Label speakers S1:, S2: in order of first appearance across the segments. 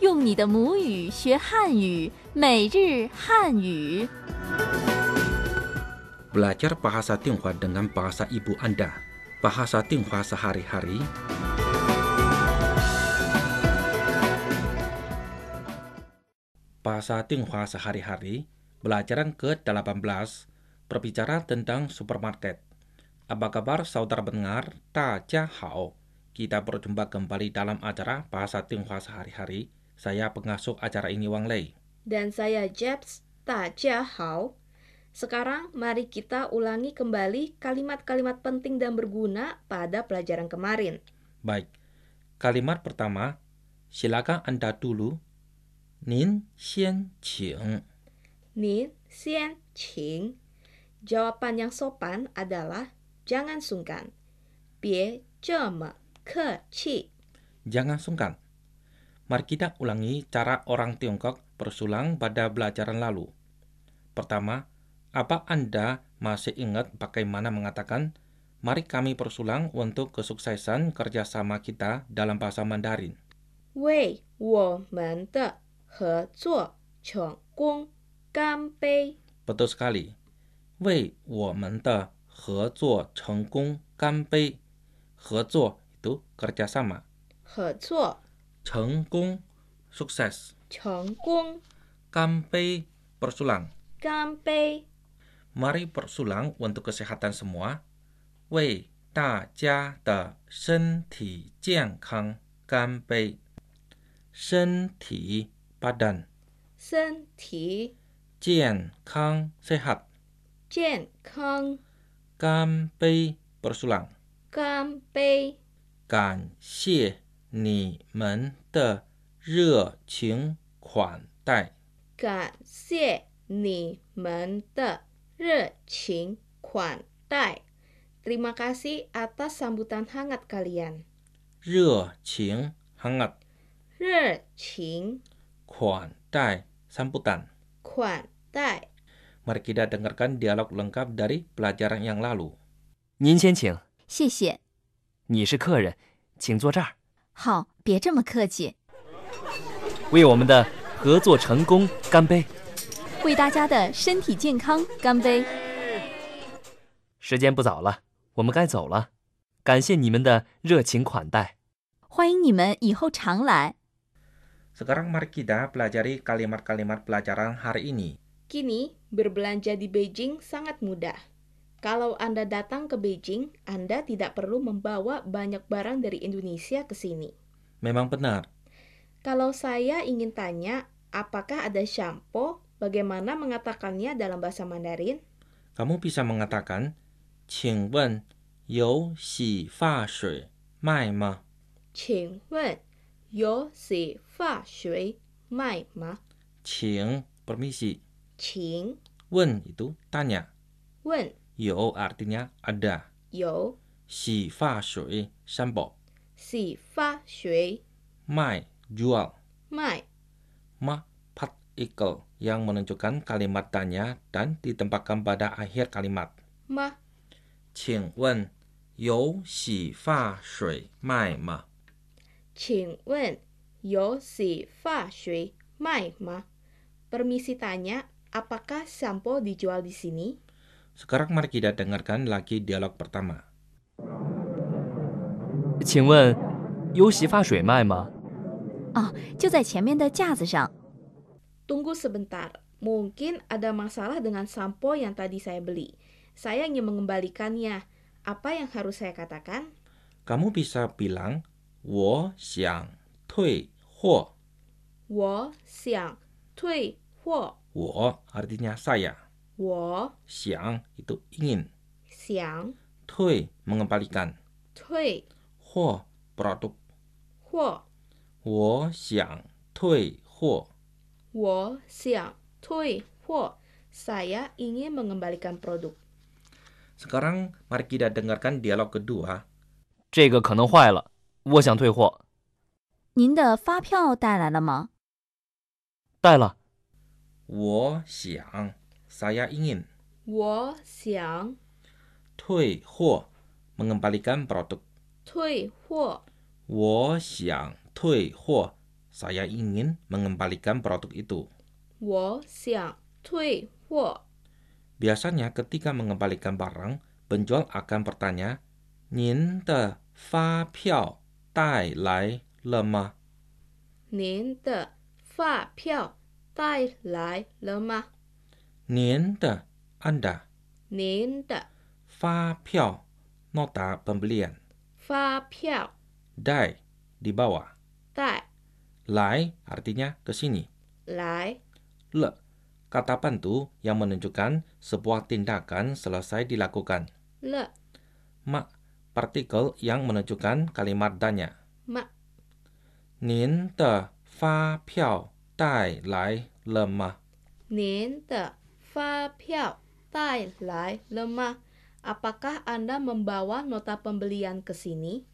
S1: 用你的母语学汉语，每日汉语。
S2: Belajar bahasa Tionghoa dengan bahasa ibu Anda. Bahasa Tionghoa sehari-hari. bahasa Tionghoa sehari-hari, pelajaran ke-18, berbicara tentang supermarket. Apa kabar saudara pendengar? Taja hao. Kita berjumpa kembali dalam acara Bahasa Tionghoa Sehari-Hari. Saya pengasuh acara ini Wang Lei.
S3: Dan saya Jeps, Taja Hao. Sekarang mari kita ulangi kembali kalimat-kalimat penting dan berguna pada pelajaran kemarin.
S2: Baik. Kalimat pertama, silakan Anda dulu. Nin xian qing.
S3: Nin Xian Qing. Jawaban yang sopan adalah jangan sungkan. Bie zheme ke qi.
S2: Jangan sungkan. Mari kita ulangi cara orang Tiongkok bersulang pada pelajaran lalu. Pertama, apa Anda masih ingat bagaimana mengatakan Mari kami bersulang untuk kesuksesan kerjasama kita dalam bahasa Mandarin.
S3: 为我们的合作成功干杯！
S2: Betul sekali. Wei wo men de he zuo cheng gong gan bei. He zuo itu kerjasama.
S3: 合作
S2: Cheng gong sukses.
S3: 成功
S2: Gan bei bersulang.
S3: 干杯！
S2: Mari bersulang untuk kesehatan semua. Wei da jia de shen ti jian kang gan bei. Shen ti badan.
S3: 身体
S2: Jian kang sehat.
S3: 健康，
S2: Gan bei bersulang.
S3: 干杯！
S2: 感谢你们的热情款待。
S3: 感谢你们的热情款待。Terima kasih atas sambutan hangat kalian.
S2: 热情 hangat
S3: 热情
S2: 款待 sambutan.
S3: 款待。
S2: Mari kita dengarkan dialog lengkap dari pelajaran yang lalu.
S4: 您先请，
S1: 谢谢。
S4: 你是客人，请坐这儿，
S1: 好，别这么客气，
S4: 为我们的合作成功干杯！
S1: 为大家的身体健康干杯！
S4: 时间不早了，我们该走了，感谢你们的热情款待。
S1: 欢迎你们以后常来。
S2: Sekarang mari kita pelajari kalimat-kalimat pelajaran hari ini.
S3: Kini, berbelanja di Beijing sangat mudah. Kalau Anda datang ke Beijing, Anda tidak perlu membawa banyak barang dari Indonesia ke sini.
S2: Memang benar,
S3: Kalau saya ingin tanya, apakah ada shampoo? Bagaimana mengatakannya dalam bahasa Mandarin?
S2: kamu bisa mengatakan, 请问有洗发水卖吗？
S3: 请问有洗发水卖吗？
S2: 请 permisi,
S3: 请
S2: wen itu tanya,
S3: 问
S2: yo artinya ada,
S3: 有
S2: 洗发水 sampo,
S3: 洗发水
S2: mai jual.
S3: 卖？
S2: ma partikel yang menunjukkan kalimat tanya dan ditempatkan pada akhir kalimat.
S3: 吗？
S2: 请问有洗发水卖吗？
S3: 请问有洗发水卖吗？Permisi tanya, apakah sampo dijual di sini?
S2: Sekarang mari kita dengarkan lagi dialog pertama.
S4: 请问有洗发水卖吗？
S1: 啊就在前面的架子上，
S3: Tunggu sebentar. Mungkin ada masalah dengan sampo yang tadi saya beli. Saya ingin mengembalikannya. Apa yang harus saya katakan?
S2: Kamu bisa bilang 我想退货。
S3: Wo xiang tui huo.
S2: 我 artinya saya.
S3: Wo
S2: 想 itu ingin.
S3: xiang
S2: 退 mengembalikan.
S3: tui
S2: 货 produk.
S3: huo.
S2: 我想退货。
S3: Wo xiang tui huo. Saya ingin mengembalikan produk.
S2: Sekarang mari kita dengarkan dialog kedua.
S4: 这个可能坏了，我想退货。
S1: 您的发票带来了吗？
S4: 带了，
S2: 我想，saya ingin
S3: Wo xiang
S2: 退货 mengembalikan produk。
S3: tui huo.
S2: 我想退货 Saya ingin mengembalikan produk itu.
S3: 我想退货。
S2: Biasanya ketika mengembalikan barang, penjual akan bertanya, 您的发票带来了吗？
S3: 您的发票带来了吗？
S2: 您的 Anda
S3: 您的
S2: 发票 nota pembelian
S3: 发票
S2: dai di bawah
S3: 带
S2: lai artinya ke sini
S3: 来
S2: le kata bantu yang menunjukkan sebuah tindakan selesai dilakukan
S3: 了
S2: mak partikel yang menunjukkan kalimat danya
S3: 吗？
S2: 您的发票带来了吗？
S3: 您的发票带来了吗？Apakah Anda membawa nota pembelian ke sini?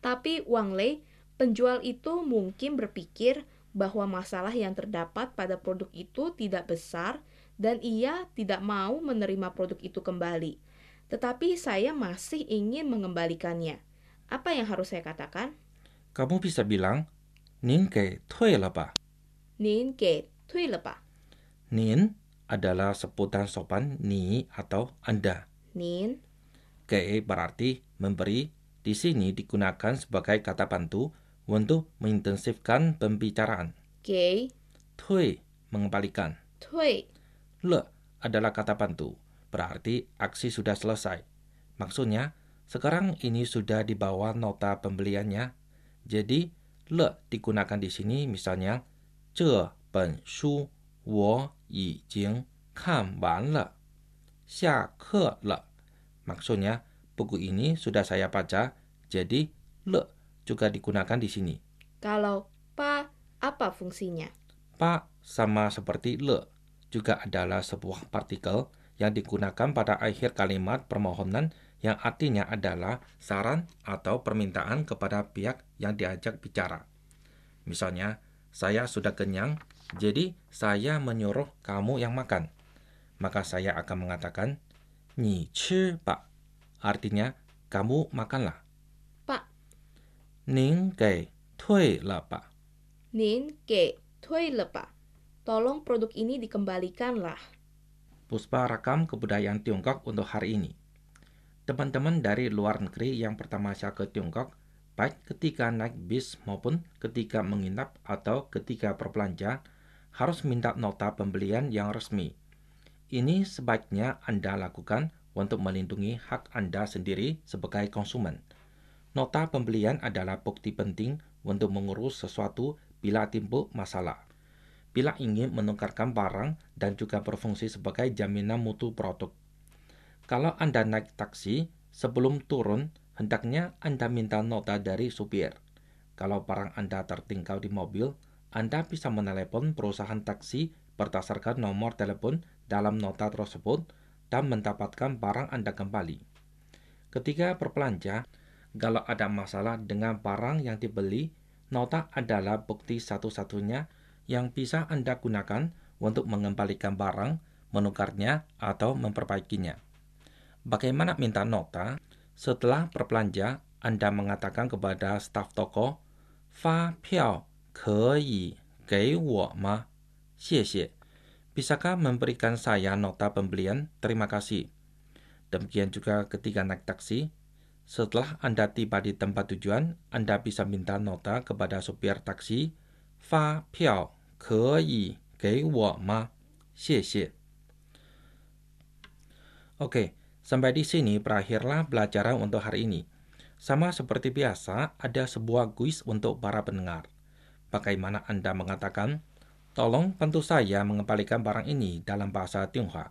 S3: Tapi Wang Lei, penjual itu mungkin berpikir bahwa masalah yang terdapat pada produk itu tidak besar dan ia tidak mau menerima produk itu kembali. Tetapi saya masih ingin mengembalikannya. Apa yang harus saya katakan?
S2: Kamu bisa bilang, 您给退了吧。
S3: Nin ke tui lepa.
S2: 您 adalah sebutan sopan ni atau anda.
S3: Nin
S2: Ke berarti memberi. Di sini digunakan sebagai kata bantu untuk mengintensifkan pembicaraan.
S3: ke
S2: Tui mengembalikan.
S3: tui
S2: Le adalah kata bantu, berarti aksi sudah selesai. Maksudnya, sekarang ini sudah di bawah nota pembeliannya. Jadi, le digunakan di sini misalnya, 这本书我已经看完了。下课了。Maksudnya, buku ini sudah saya baca, jadi le juga digunakan di sini.
S3: Kalau pa apa fungsinya?
S2: Pa sama seperti le juga adalah sebuah partikel yang digunakan pada akhir kalimat permohonan yang artinya adalah saran atau permintaan kepada pihak yang diajak bicara. Misalnya, saya sudah kenyang, jadi saya menyuruh kamu yang makan. Maka saya akan mengatakan, ni chi ba. Artinya, kamu makanlah.
S3: Pa
S2: Ning gei tui le ba.
S3: nin ke tui lepa. Tolong produk ini dikembalikanlah.
S2: Puspa Rakam Kebudayaan Tiongkok untuk hari ini. Teman-teman dari luar negeri yang bertamasya ke Tiongkok, baik ketika naik bis maupun ketika menginap atau ketika berbelanja, harus minta nota pembelian yang resmi. Ini sebaiknya Anda lakukan untuk melindungi hak Anda sendiri sebagai konsumen. Nota pembelian adalah bukti penting untuk mengurus sesuatu bila timbul masalah bila ingin menukarkan barang dan juga berfungsi sebagai jaminan mutu produk. Kalau Anda naik taksi, sebelum turun, hendaknya Anda minta nota dari supir. Kalau barang Anda tertinggal di mobil, Anda bisa menelepon perusahaan taksi berdasarkan nomor telepon dalam nota tersebut dan mendapatkan barang Anda kembali. Ketika berbelanja, kalau ada masalah dengan barang yang dibeli, nota adalah bukti satu-satunya yang bisa Anda gunakan untuk mengembalikan barang, menukarnya, atau memperbaikinya. Bagaimana minta nota? Setelah berbelanja, Anda mengatakan kepada staf toko, 发票可以给我吗？谢谢。Bisakah memberikan saya nota pembelian? Terima kasih. Demikian juga ketika naik taksi. Setelah Anda tiba di tempat tujuan, Anda bisa minta nota kepada supir taksi 发票可以给我吗？谢谢。Oke, sampai di sini berakhirlah pelajaran untuk hari ini. Sama seperti biasa, ada sebuah kuis untuk para pendengar. Bagaimana Anda mengatakan, tolong bantu saya mengembalikan barang ini dalam bahasa Tionghoa.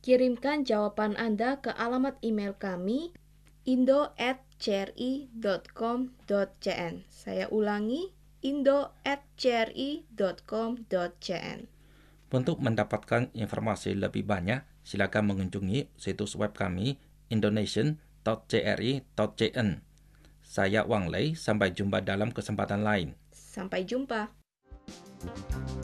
S3: Kirimkan jawaban Anda ke alamat email kami indo@cri.com.cn. Saya ulangi indo@cri.com.cn.
S2: Untuk mendapatkan informasi lebih banyak, silakan mengunjungi situs web kami indonesian.cri.cn. Saya Wang Lei, sampai jumpa dalam kesempatan lain.
S3: Sampai jumpa.